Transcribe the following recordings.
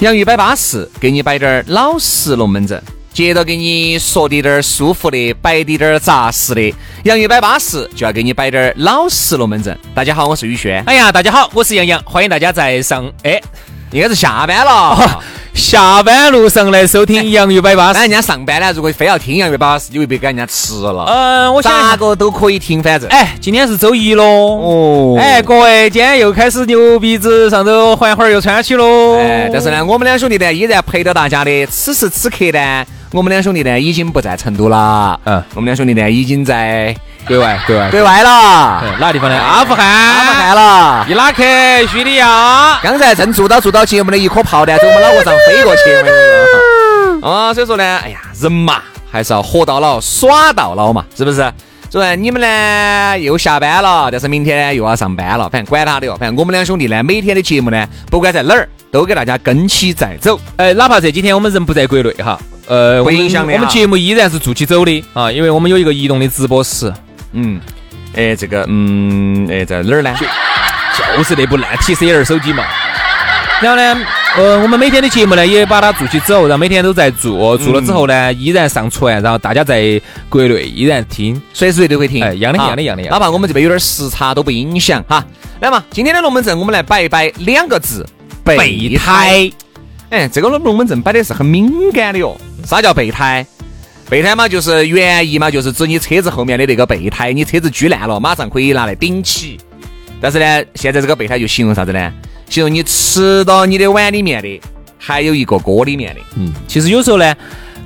洋芋摆巴适，给你摆点儿老实龙门阵，接着给你说滴点儿舒服的，摆滴点儿扎实的。洋芋摆巴适就要给你摆点儿老实龙门阵。大家好，我是宇轩。哎呀，大家好，我是杨洋，欢迎大家在上哎应该是下班了，下班路上来收听洋芋摆巴当然士。人家上班呢，如果非要听洋芋摆巴适，就会被给人家吃了。嗯，我想一咋下，个都可以听，反正。哎，今天是周一喽。哦哎，各位，今天又开始牛鼻子，上周缓缓又穿起喽。哎，但是，呢，我们两兄弟呢依然陪到大家的。此时此刻呢，我们两兄弟呢已经不在成都了，嗯我们两兄弟呢已经在对外对嗯外，国外了，哪个地方呢？阿阿富汗，哎阿富汗，了。伊拉克、叙利亚。刚才正做到做到节目的一颗炮弹从我们脑壳上飞 过去。我跟你说啊，所以说呢，哎呀，人嘛还是要活到老，耍到老嘛，是不是？所以你们呢又下班了，但是明天呢又要上班了，反正管他的哟。反正我们两兄弟呢，每天的节目呢，不管在哪儿，都给大家跟起再走。哎，哪怕这几天我们人不在国内哈，呃，不我们影响的我们哈节目依然是做起走的啊，因为我们有一个移动的直播室，嗯，哎，这个，嗯，哎，在哪儿呢？就是那部烂 TCL 手机嘛。然后呢， 呃，我们每天的节目呢也把它做起走，然后每天都在做，做了之后呢依然上传，然后大家在国内依然听。随时随地都会听，哎一样的啊一样的一样的一样的哪怕我们这边有点时差都不影响哈。来嘛，今天的龙门阵我们来摆一摆两个字：备胎。哎，这个龙门阵摆的是很敏感的哟。啥叫备胎？备胎嘛，就是原意嘛，就是指你车子后面的那个备胎，你车子撅烂了，马上可以拿来顶起。但是呢，现在这个备胎就形容啥子呢？形容你吃到你的碗里面的，还有一个锅里面的。嗯，其实有时候呢，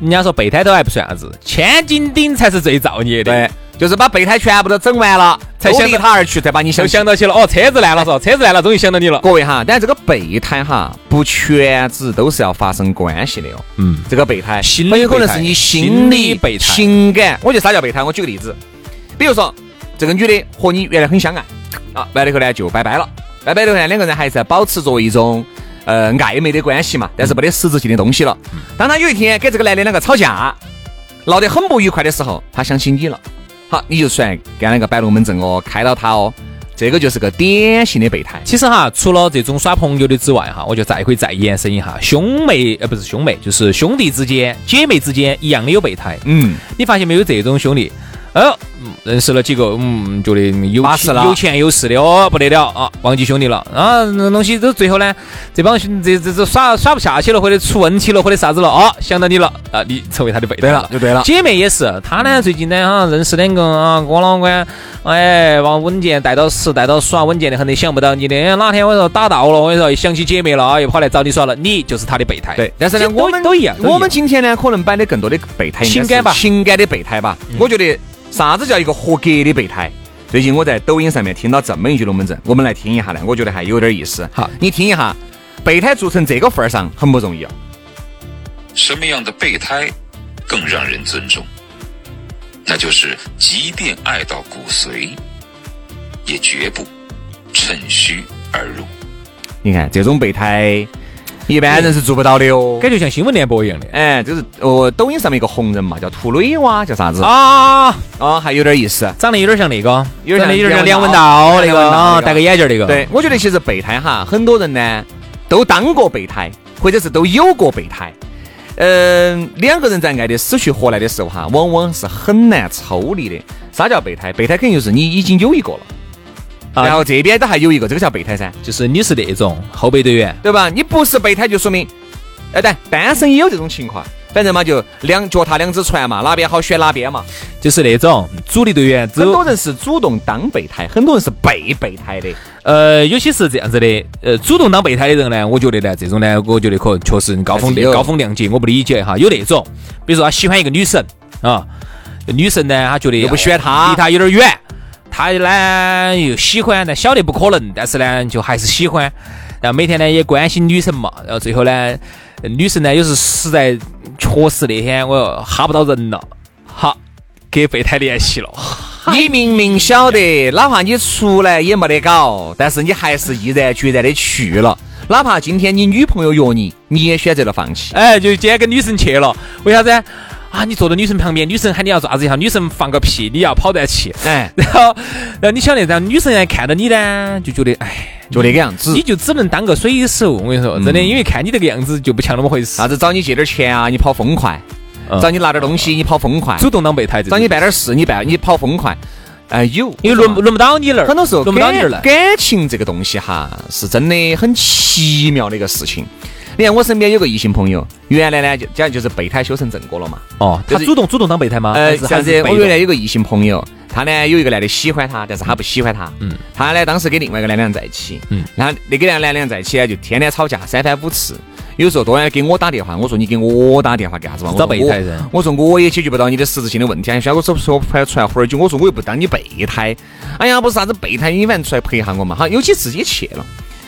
人家说备胎都还不算啥子，千斤顶才是最造孽的。对，，就是把备胎全部都整完了，才都想离到他而去，才把你就想起想到起了，哦，车子烂了是吧？车子烂了，终于想到你了。各位哈，但这个备胎哈，不全指都是要发生关系的哦。嗯，这个备胎，心理很有可能备胎是你心心理理备胎情感。我觉得啥叫备胎？我举个例子，比如说这个女的和你原来很相爱，啊，完了以后呢就拜拜了，拜拜了以后呢，两个人还是保持着一种呃暧昧的关系嘛，嗯但是没得实质性的东西了。当他有一天跟这个男的两个吵架，闹得很不愉快的时候，他想起你了，好，你就出来跟那个摆龙门阵哦，开导他哦，这个就是个典型的备胎。其实哈，除了这种耍朋友的之外哈，我觉得再可以再延伸一下，兄妹呃不是兄妹，就是兄弟之间、姐妹之间一样的有备胎。嗯。你发现没有，这种兄弟，哦，嗯认识了几个，嗯，觉得有巴钱适了有钱有势的，哦，不得了啊，忘记兄弟了啊，那东西都最后呢，这帮兄这这这耍耍不下去了，或者出问题了，或者啥子了，哦，想到你了啊，你成为他的备胎对了，就对了。嗯姐妹也是，她呢最近呢哈认识两个啊哥老倌，哎，往稳健带到吃，带到耍，稳健的很的，想不到你的。哎哪天我说打到了，我跟你说一想起姐妹了啊，又跑来找你耍了，你就是她的备胎。对，但是呢，这哎都我们都一样，都一样我们今天呢，可能摆的更多的备胎应该是情感吧嗯情感的备胎吧。我觉得啥子叫一个合格的备胎？最近我在抖音上面听到这么一句龙门阵，我们来听一下呢，我觉得还有点意思。好你听一下，备胎做成这个份儿上很不容易哦。什么样的备胎更让人尊重？那就是即便爱到骨髓，也绝不趁虚而入。你看这种备胎，一般人是做不到的哦。感觉像新闻联播一样的哎，就是哦，抖音上面一个红人嘛，叫涂磊哇，叫啥子？啊，啊，还有点意思。长得有点像那个，有点像长得有点梁像梁文文道道那梁文道个那啊，个戴个眼镜那个。，对，我觉得其实备胎哈，很多人呢都当过备胎，或者是都有过备胎。嗯、两个人在爱得死去活来的时候哈，往往是很难抽离的。啥叫备胎？备胎肯定就是你已经有一个了，啊然后这边都还有一个，这个叫备胎噻，就是你是那种后备队员。对吧？你不是备胎，就说明，哎，但单身也有这种情况。反正嘛，就两脚踏两只船嘛，哪边好选哪边嘛。就是那种主力队员，只很有多人是主动当备胎，很多人是被备胎的。呃，有些是这样子的，呃，主动当备胎的人呢，我觉得呢，这种呢，我觉得可能确实高风还是有高风亮节，我不理解哈。有那种，比如说他喜欢一个女神啊，女神呢，他觉得又不喜欢她离她有点远，他呢又喜欢，但晓得不可能，但是呢，就还是喜欢。然后每天呢也关心女神嘛，然后最后呢，女神呢有时实在确实那天我又哈不到人了，好，给备胎联系了，你明明晓得，哪怕你出来也没得搞，但是你还是毅然决然的去了。哪怕今天你女朋友约你，你也选择了放弃。哎，就今天跟女神去了，为啥子呢？啊，你坐到女神旁边，女神喊你要做啥子一下，女神放个屁，你要跑得起。 哎，然后，然后你晓得，然后女神呢看到你呢，就觉得嗯哎，就那个样子你。就只能当个水手。我跟你说，真的，因为看你这个样子就不像那么回事啥。子找你借点钱啊，你跑风快；嗯找你拿点东西，你跑风快；主动当备胎这找种，你办点事，你办你跑风快。哎，有，因为轮轮不到你那儿，很多时候轮不到你那儿来感。感情这个东西哈，是真的很奇妙的一个事情。你看我身边有个异性朋友，原来呢就讲就是备胎修成正果了嘛。哦，就他是主动主动当备胎吗？呃，还是啥还子是？我被原动？来有个异性朋友，他呢有一个男的喜欢他，但是他不喜欢他。嗯，他呢当时跟另外一个男的在一起。嗯，然后那个男男的在一起呢，就天天吵架，三番五次。有时候多呢给我打电话，我说你给我打电话干啥子嘛？我找说备胎我噻我说我也解决不到你的实质性的问题，还想我说说拍出来喝点酒，我说我又不当你备胎。哎呀，不是啥子备胎，你反正出来陪下我嘛。好，有几次也去了，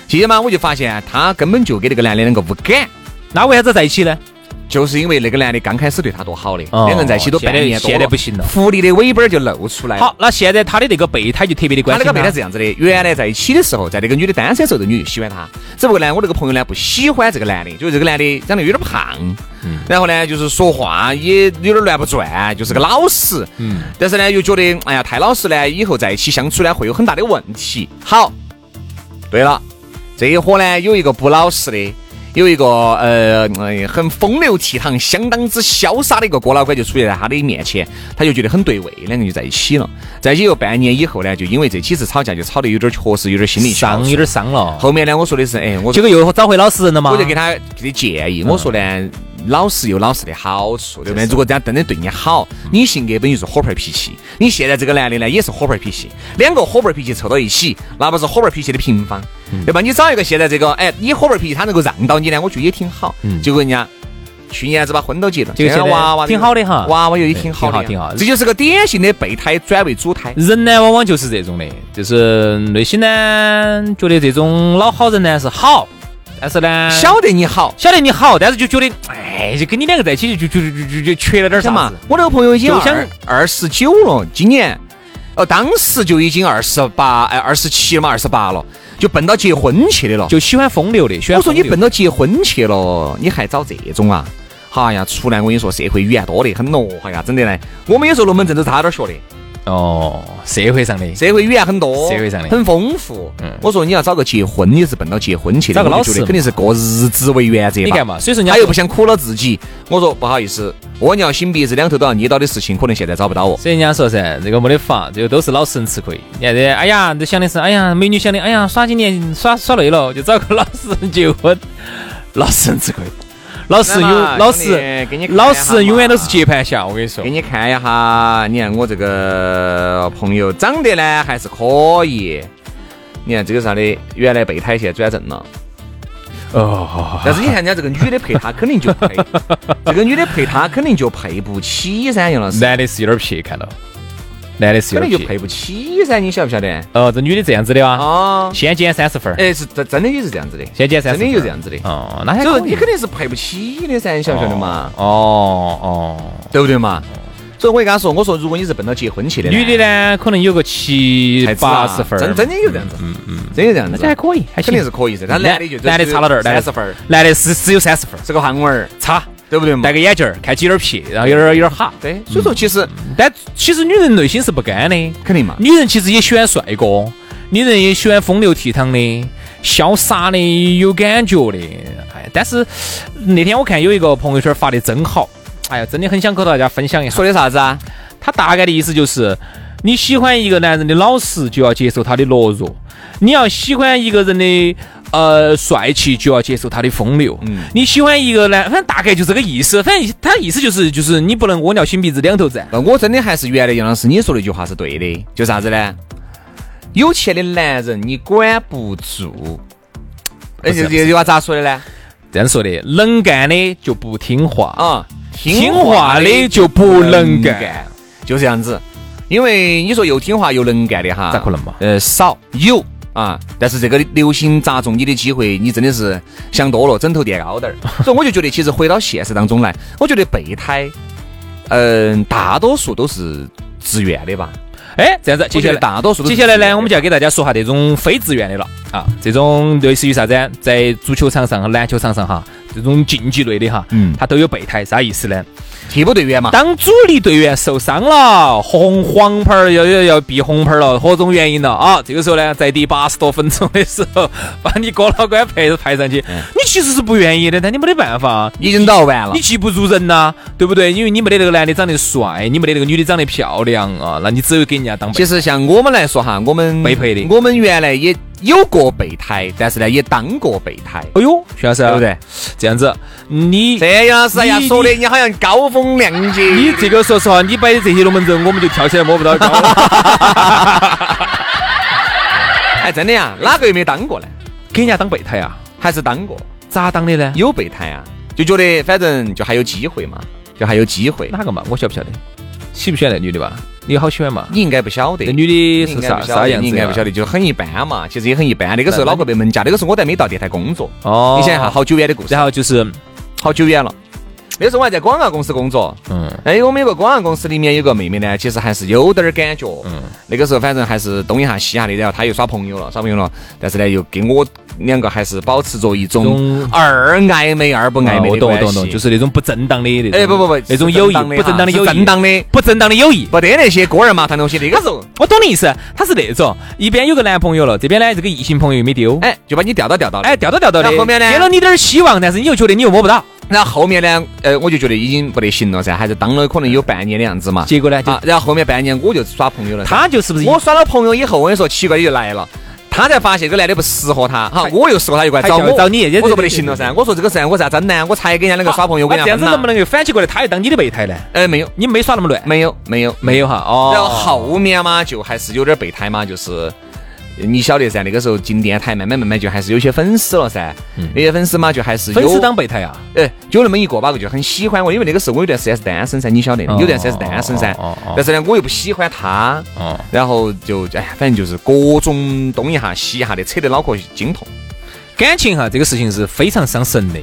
去了嘛，我就发现他根本就跟那个男的两个无感。那为啥子在一起呢？就是因为那个男的刚开始对她多好的，哦两个人在一起都半年多现在现在不行了狐狸的尾巴儿就露出来了。好，，那现在他的哎那个备胎就特别的他关那心个妹呢是这样子的，原来在一起的时候，在那个女的单身的时候，这个女就喜欢他，只不过呢，我那个朋友呢不喜欢这个男的，就是这个男的长得有点胖，嗯然后呢就是说话也有点乱不转，就是个老实，嗯，但是呢又觉得哎呀太老实呢，以后在一起相处呢会有很大的问题。好，对了，这一伙呢有一个不老实的。有一个呃、哎很风流倜傥、相当之潇洒的一个郭老倌就出现在他的面前，他就觉得很对味，两个人就在一起了。在一起有半年以后呢，就因为这几次吵架，就吵得有点确实有点心力交伤有瘁。点伤了，后面呢，我说的是，哎，我结果又找回老实人了嘛。我就给他给他建议，我说呢，老实有老实的好处，对不对？如果人家真的对你好，你性格本就是火盆脾气，你现在这个男的呢也是火盆脾气，两个火盆脾气凑到一起，那不是火盆脾气的平方，对吧？你找一个现在这个，哎，你火盆脾气他能够让到你呢，我觉得也挺好。结果人家。去年子把婚都结了，结果现在现在娃娃挺好的哈娃娃又也挺好的呀，挺好挺好这就是个典型的备胎转为主胎。人呢，往往就是这种的，就是内心呢觉得这种老好人呢是好，但是呢晓得你好，晓得你好，但是就觉得哎，就跟你两个在一起就就就就就就缺了点想啥嘛子。，我那个朋友已经就想二二十九了，今年，哦，当时就已经二十八，哎，二十七嘛，二十八了，就奔到结婚去的了。就喜欢风流的，喜欢我说你风流奔到结婚去了，你还找这种啊？哎呀，出来我跟你说，社会语言多得很咯。哎呀，真的嘞，我们有时候龙门阵都是他那儿学的，哦，社会上的社会语言很多，社会上的嗯很丰富。我说你要找个结婚，你是奔到结婚去的，找个我就老觉实得肯定是过日子为原则吧。你看嘛，所以说人他家又不想苦了自己。我说不好意思，蜗牛心鼻子两头都要捏到的事情，可能现在找不到我。所以人家说噻，这个没得法，这个都是老实人吃亏。你看这，哎呀，都想的是，哎呀，美女想的，哎呀，耍几年耍耍累了，就找个老实人结婚，老实人吃亏，老实来有嘛老兄实弟给你，看老一下实人永远都嘛是接盘侠。我跟你说给，你看一下，你看我这个朋友长得呢还是可以。你看这个啥的，原来备胎现在转正了，哦，但是你看人家这个女的配他肯定就配，这个女的配他肯定就配不起噻，杨老师，男的是有点撇，看到，男的是肯定就有点撇。配不起噻，你晓不晓得？哦，这女的这样子的啊，啊，先减三十分儿，哎，是真真的也是这样子的，先减三真十，的有这样子的，哦，那还所以说可以你肯定是配不起的噻，你晓不晓得嘛？哦哦。对不对嘛？所以我也跟他说，我说如果你是奔到结婚去的，女的呢，可能有个七才八十分儿，真真的有这样子，嗯嗯，真有这样子，那这还可以，还肯行定是可以噻。他男的就男的差了点儿，男的三十分儿，男的是只有三十分儿，是个汉娃儿，差，对不对嘛戴？个眼镜儿，看起有点撇，然后有点有点哈。对，所以说其实但其实女人内心是不甘的，肯定嘛，女人其实也喜欢帅哥，女人也喜欢风流倜傥的、潇洒的、有感觉的。哎，但是那天我看有一个朋友圈发的真好，哎呀，真的很想和大家分享一下。说的啥子啊？他大概的意思就是，你喜欢一个男人的老实，就要接受他的懦弱；你要喜欢一个人的呃帅气，就要接受他的风流。嗯你喜欢一个呢，反正大概就这个意思。反正他意思就是，就是你不能窝尿心鼻子两头站。那我真的还是原来杨老师你说那句话是对的，就啥子呢？有钱的男人你管不住。哎，这这句话咋说的呢？这样说的，能干的就不听话啊，啊，听话的就不能干，，就这样子。因为你说又听话又能干的哈，咋可能嘛呃，少有，啊，但是这个流星砸中你的机会，你真的是想多了，枕头垫高点 儿。所以我就觉得，其实回到现实当中来，我觉得备胎，嗯、大多数都是自愿的吧。哎，这样子，接下我觉来得大多数都接是下来自愿呢，的我们就要给大家说下这种非自愿的了啊，这种类似于啥子啊，在足球场上、和篮球场上哈，这种竞技类的哈，嗯啊它都有备胎，啥意思呢？替补队员嘛，当主力队员受伤了，红黄牌儿要要要避红牌儿了，何种原因了啊？这个时候呢，在第八十多分钟的时候，把你哥老倌派派上去，嗯你其实是不愿意的，但你没得办法，已经到完了你。技不如人呐、对不对？因为你没得那个男的长得帅，你没得那个女的长得漂亮啊，那你只有给人家当备其实像我们来说哈，我们被陪的我们原来也有过备胎，但是呢也当过备胎，哎呦，徐老师，对不对？这样子，啊你啊这样是哎呀，你说的你好像高风亮节。你这个说实话，你摆这些龙门阵，我们就跳起来摸不到高 了。哎，真的呀，哪个又没当过呢？给人家当备胎啊？还是当过，咋当的呢？有备胎啊，就觉得反正就还有机会嘛，就还有机会。哪个嘛？我晓不晓得？喜不喜欢那女的吧？你好喜欢嘛？你应该不晓得那，女的是应该啥不晓得啥样子？啊你应该不晓得。得，就很一般嘛，其实也很一般。那个时候脑壳被门夹，那个时候我还没到电台工作，哦，你想一下，，好久远的故事，然后就是，好久远了。那时候我还在广告公司工作，嗯，哎，我们有个广告公司里面有个妹妹呢，其实还是有点儿感觉。嗯，那个时候反正还是东一下西一下的，然后她又耍朋友了，耍朋友了，但是呢，又跟我两个还是保持着一种种啊二暧昧二不暧昧哦我的懂关我系。懂懂，就是那种不正当的那种。哎，不不不，那种是友谊，正不正当的哈友谊，是正当的，不正当的友谊。不得那些锅儿麻烦东西。那个时候，我懂你意思，他是那种一边有个男朋友了，这边呢这个异性朋友又没丢，哎，就把你调到调到了。哎，掉到掉到的，那后面呢给了你点儿希望，但是你又觉得你又摸不到，然后后面呢，呃，我就觉得已经不得行了噻，还是当了可能有半年的样子嘛。结果呢就啊，然后后面半年我就耍朋友了噻。他就是不是我耍了朋友以后，我跟你说，奇怪的就来了。他才发现这个男的不适合他，好，还我又适合他，又过来找还我，找你我说不得行了噻，我说这个噻，我咋整呢？我才跟人家两个耍朋友，我跟那人啊这家分了样子能不能够反起过来，他又当你的备胎呢？呃，没有，你没耍那么乱，没有，没有，没有哈？哦，然后后面嘛，就还是有点备胎嘛，就是你晓得噻，那个时候进电台，慢慢慢慢就还是有些粉丝了噻，有嗯些粉丝嘛就还是有粉丝当备胎啊？哎，有那么一个吧，就很喜欢我，因为那个时候我有段时间是单身噻，你晓得的，哦有段时间是单身噻哦哦哦，但是呢，我又不喜欢他，哦，然后就哎呀，反正就是各种东一下西一下的，扯得脑壳筋痛。感情哈这个事情是非常伤神的，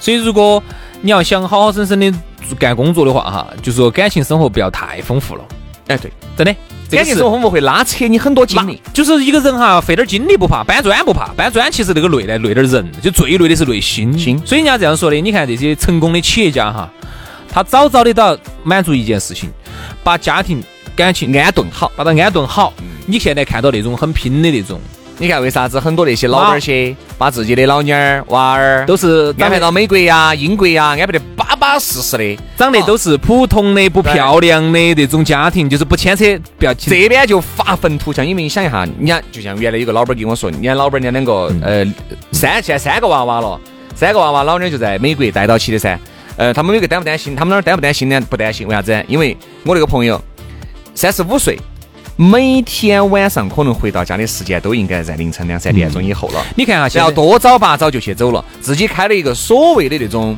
所以如果你要想好好生生的干工作的话哈，就说感情生活不要太丰富了，哎，对，真的。这个感情是生活会拉扯你很多精力。就是一个人哈，费点精力不怕，搬砖不怕，搬砖其实那个累呢，累点人，就最累的是累心。心所以人家这样说的，你看这些成功的企业家哈，他早早的都要满足一件事情，把家庭感情安顿好，把它安顿好。嗯你现在看到那种很拼的那种，你看为啥子很多那些老板儿些把自己的老妞儿、娃儿都是安长排得到啊美国呀、英国呀，安排得巴巴适适的。长得都是普通的、不漂亮的那种家庭，就是不牵扯，不要牵扯。这边就发愤图强，因为你想一下，人家就像原来有个老板跟我说，人家老板人家两个呃三现在三个娃娃了，三个娃娃老娘就在美国带到起的噻。呃，他们美国担不担心？他们那儿担不担心呢？不担心，为啥子？因为我那个朋友三十五岁，每天晚上可能回到家的时间都应该在凌晨两三点钟以后了。你看哈，然现后在多早八早就去走了，自己开了一个所谓的那种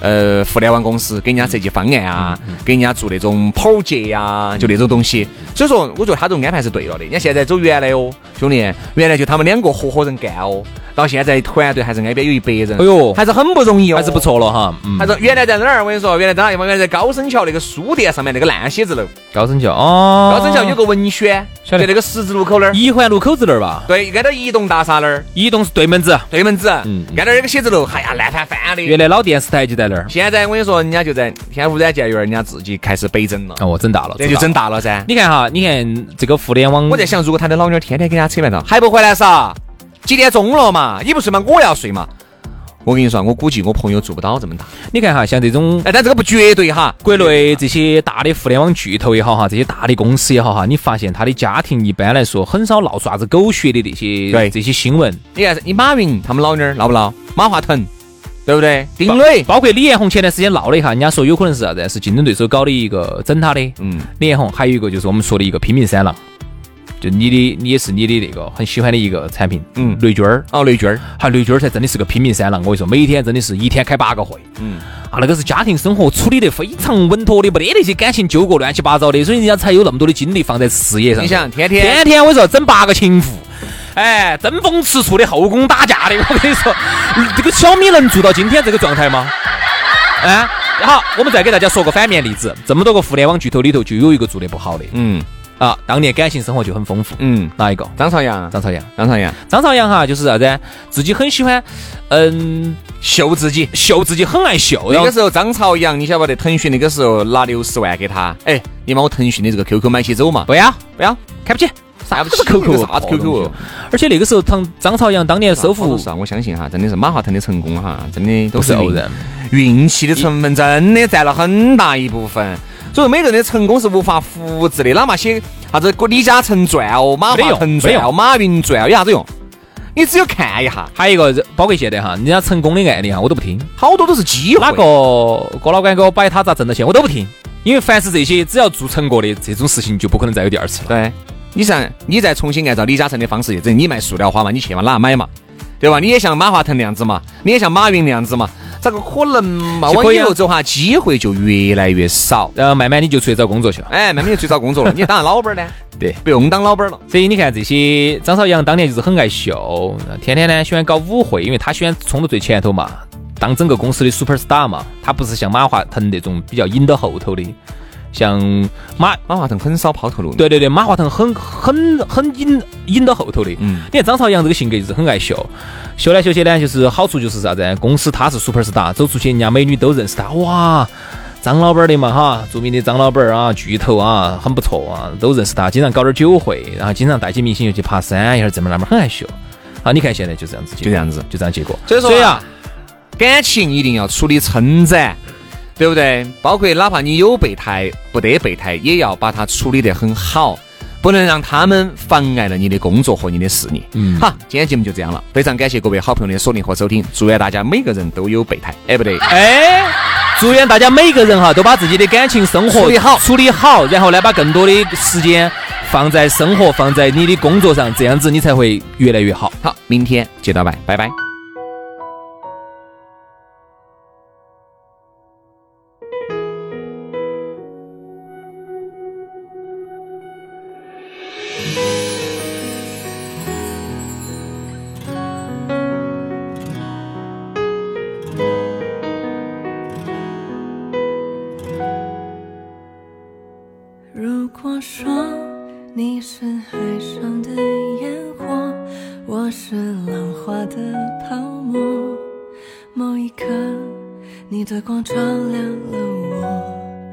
呃互联网公司，给人家设计方案啊，嗯给人家做那种跑节呀，就那种东西。所以说，我觉得他这种安排是对了的。人家现在走原来哦，兄弟，原来就他们两个合伙人干哦，到现在团队还是挨边有一百人，哎呦还是很不容易哦，还是不。错了哈。嗯还，是原来在哪儿？我跟你说，原来在哪儿地方？原来在高升桥那个书店上面那个烂写字楼，高升桥哦，高升桥有个文轩，晓在得那个十字路口那儿，一环路口子那儿吧，对，挨到移动大厦那儿，一栋是对门子，对门子，嗯挨到那个写字楼，哎呀，烂翻翻的。原来老电视台就在那儿。现在我跟你说，人家就在天府软件园，人家自己开始北整了，哦，我整大了，这就大了整大了噻。你看哈，你看这个互联网，我在想，如果他的老妞儿天天给人家扯半道，还不回来噻？几点钟了嘛？你不睡嘛？我要睡嘛？我跟你说，我估计我朋友做不到这么大。你看哈，像这种哎，但这个不绝对哈。国内这些大的互联网巨头也好哈，这些大的公司也好哈，你发现他的家庭一般来说很少闹出啥子狗血的那些对这些新闻，你看，你马云他们老妞儿闹不闹？马化腾，对不对？丁磊，包括李彦宏前段时间闹了一下，人家说有可能是啥子，是竞争对手搞的一个整他的。嗯，李彦宏还有一个就是我们说的一个拼命三郎，就你的你也是你的那个很喜欢的一个产品，嗯雷军儿，哦，雷军儿，哈，雷军儿才真的是个拼命三郎，我跟你说，每天真的是一天开八个会。嗯，啊，那个是家庭生活处理得非常稳妥的，没得那些感情纠葛乱七八糟的，所以人家才有那么多的精力放在事业上。你想天天天天我跟你说整八个情妇，哎，争风吃醋的后宫打架的， 我跟你说，这个小米能做到今天这个状态吗？哎，好，我们再给大家说个反面例子，这么多个互联网巨头里头，就有一个做的不好的嗯啊，当年感情生活就很丰富，嗯，哪一个？张朝阳，张朝阳。张朝阳，张朝阳哈，就是啥子？自己很喜欢，嗯，秀自己。秀自己很爱秀，然那后个时候张朝阳，你晓不得腾讯那个时候拿六十万给他，哎，你把我腾讯的这个 QQ 买起走嘛？不要不要，看不起，啥 子扣啥子 QQ 哦？而且那个时候，唐张朝阳当年收好多复事啊，我相信哈，真的是马化腾的成功哈，真的都不是偶运然，运气的成分真的占了很大一部分。所以说每个人的成功是无法复制的，哪怕些啥子李嘉诚传哦、马化腾没传用哦、马云传哦，有啥子用？你只有看一下，还有一个，啊包括现在哈，人家成功的案例哈，我都不听。好多都是机会。哪个郭老倌给我摆他咋挣到钱，我都不听，因为凡是这些只要做成过的这种事情，就不可能再有第二次了。对，你像你再重新按照李嘉诚的方式去整，你卖塑料花嘛，你去嘛哪买嘛，对吧？你也像马化腾那样子嘛，你也像马云那样子嘛，咋个可能嘛？就往可以以啊后走哈，机会就越来越少。然呃后慢慢你就出去找工作去了。哎，慢慢就去找工作了，你当老板儿呢？对不用当老板儿了。所以你看，这些张朝阳当年就是很爱秀，天天呢喜欢搞舞会，因为他喜欢冲到最前头嘛，当整个公司的 super star 嘛。他不是像马化腾那种比较引到后头的，像马马化腾很少抛头露面。，对对对，马化腾很很很引引到后头的。嗯你看张朝阳这个性格就是很爱秀，秀来秀去呢，就是好处就是啥子？公司他是 super star，走出去人家美女都认识他，哇！张老板的嘛哈，著名的张老板啊，巨头啊，很不错啊，都认识他，经常搞点酒会，然后经常带起明星又去爬山，一会儿这么那么，很爱秀。好，你看现在就这样子，就这样子。就这样结果。所以说所以啊啊，感情一定要处理称赞，对不对？包括哪怕你有备胎，不得备胎，也要把它处理得很好，不能让他们妨碍了你的工作和你的事业。嗯，好，今天节目就这样了，非常感谢各位好朋友的锁定和收听，祝愿大家每个人都有备胎。哎，不对，哎，祝愿大家每个人哈都把自己的感情生活处理好处理好，然后呢，把更多的时间放在生活，放在你的工作上，这样子你才会越来越好。好，明天接到拜，拜拜。如果说你是海上的烟火，我是浪花的泡沫，某一刻你的光照亮了我。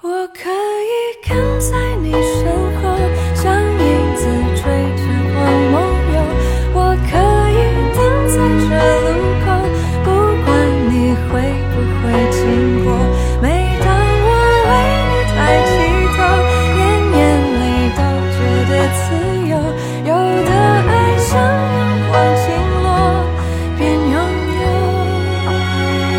我可以跟在你身后，像影子追逐过梦游。我可以等在这路口，不管你会不会经过。每当我为你抬起头，连眼泪都觉得自由。有的爱像阳光倾落，便拥有。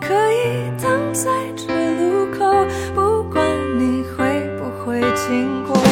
可以挡在这路口，不管你会不会经过。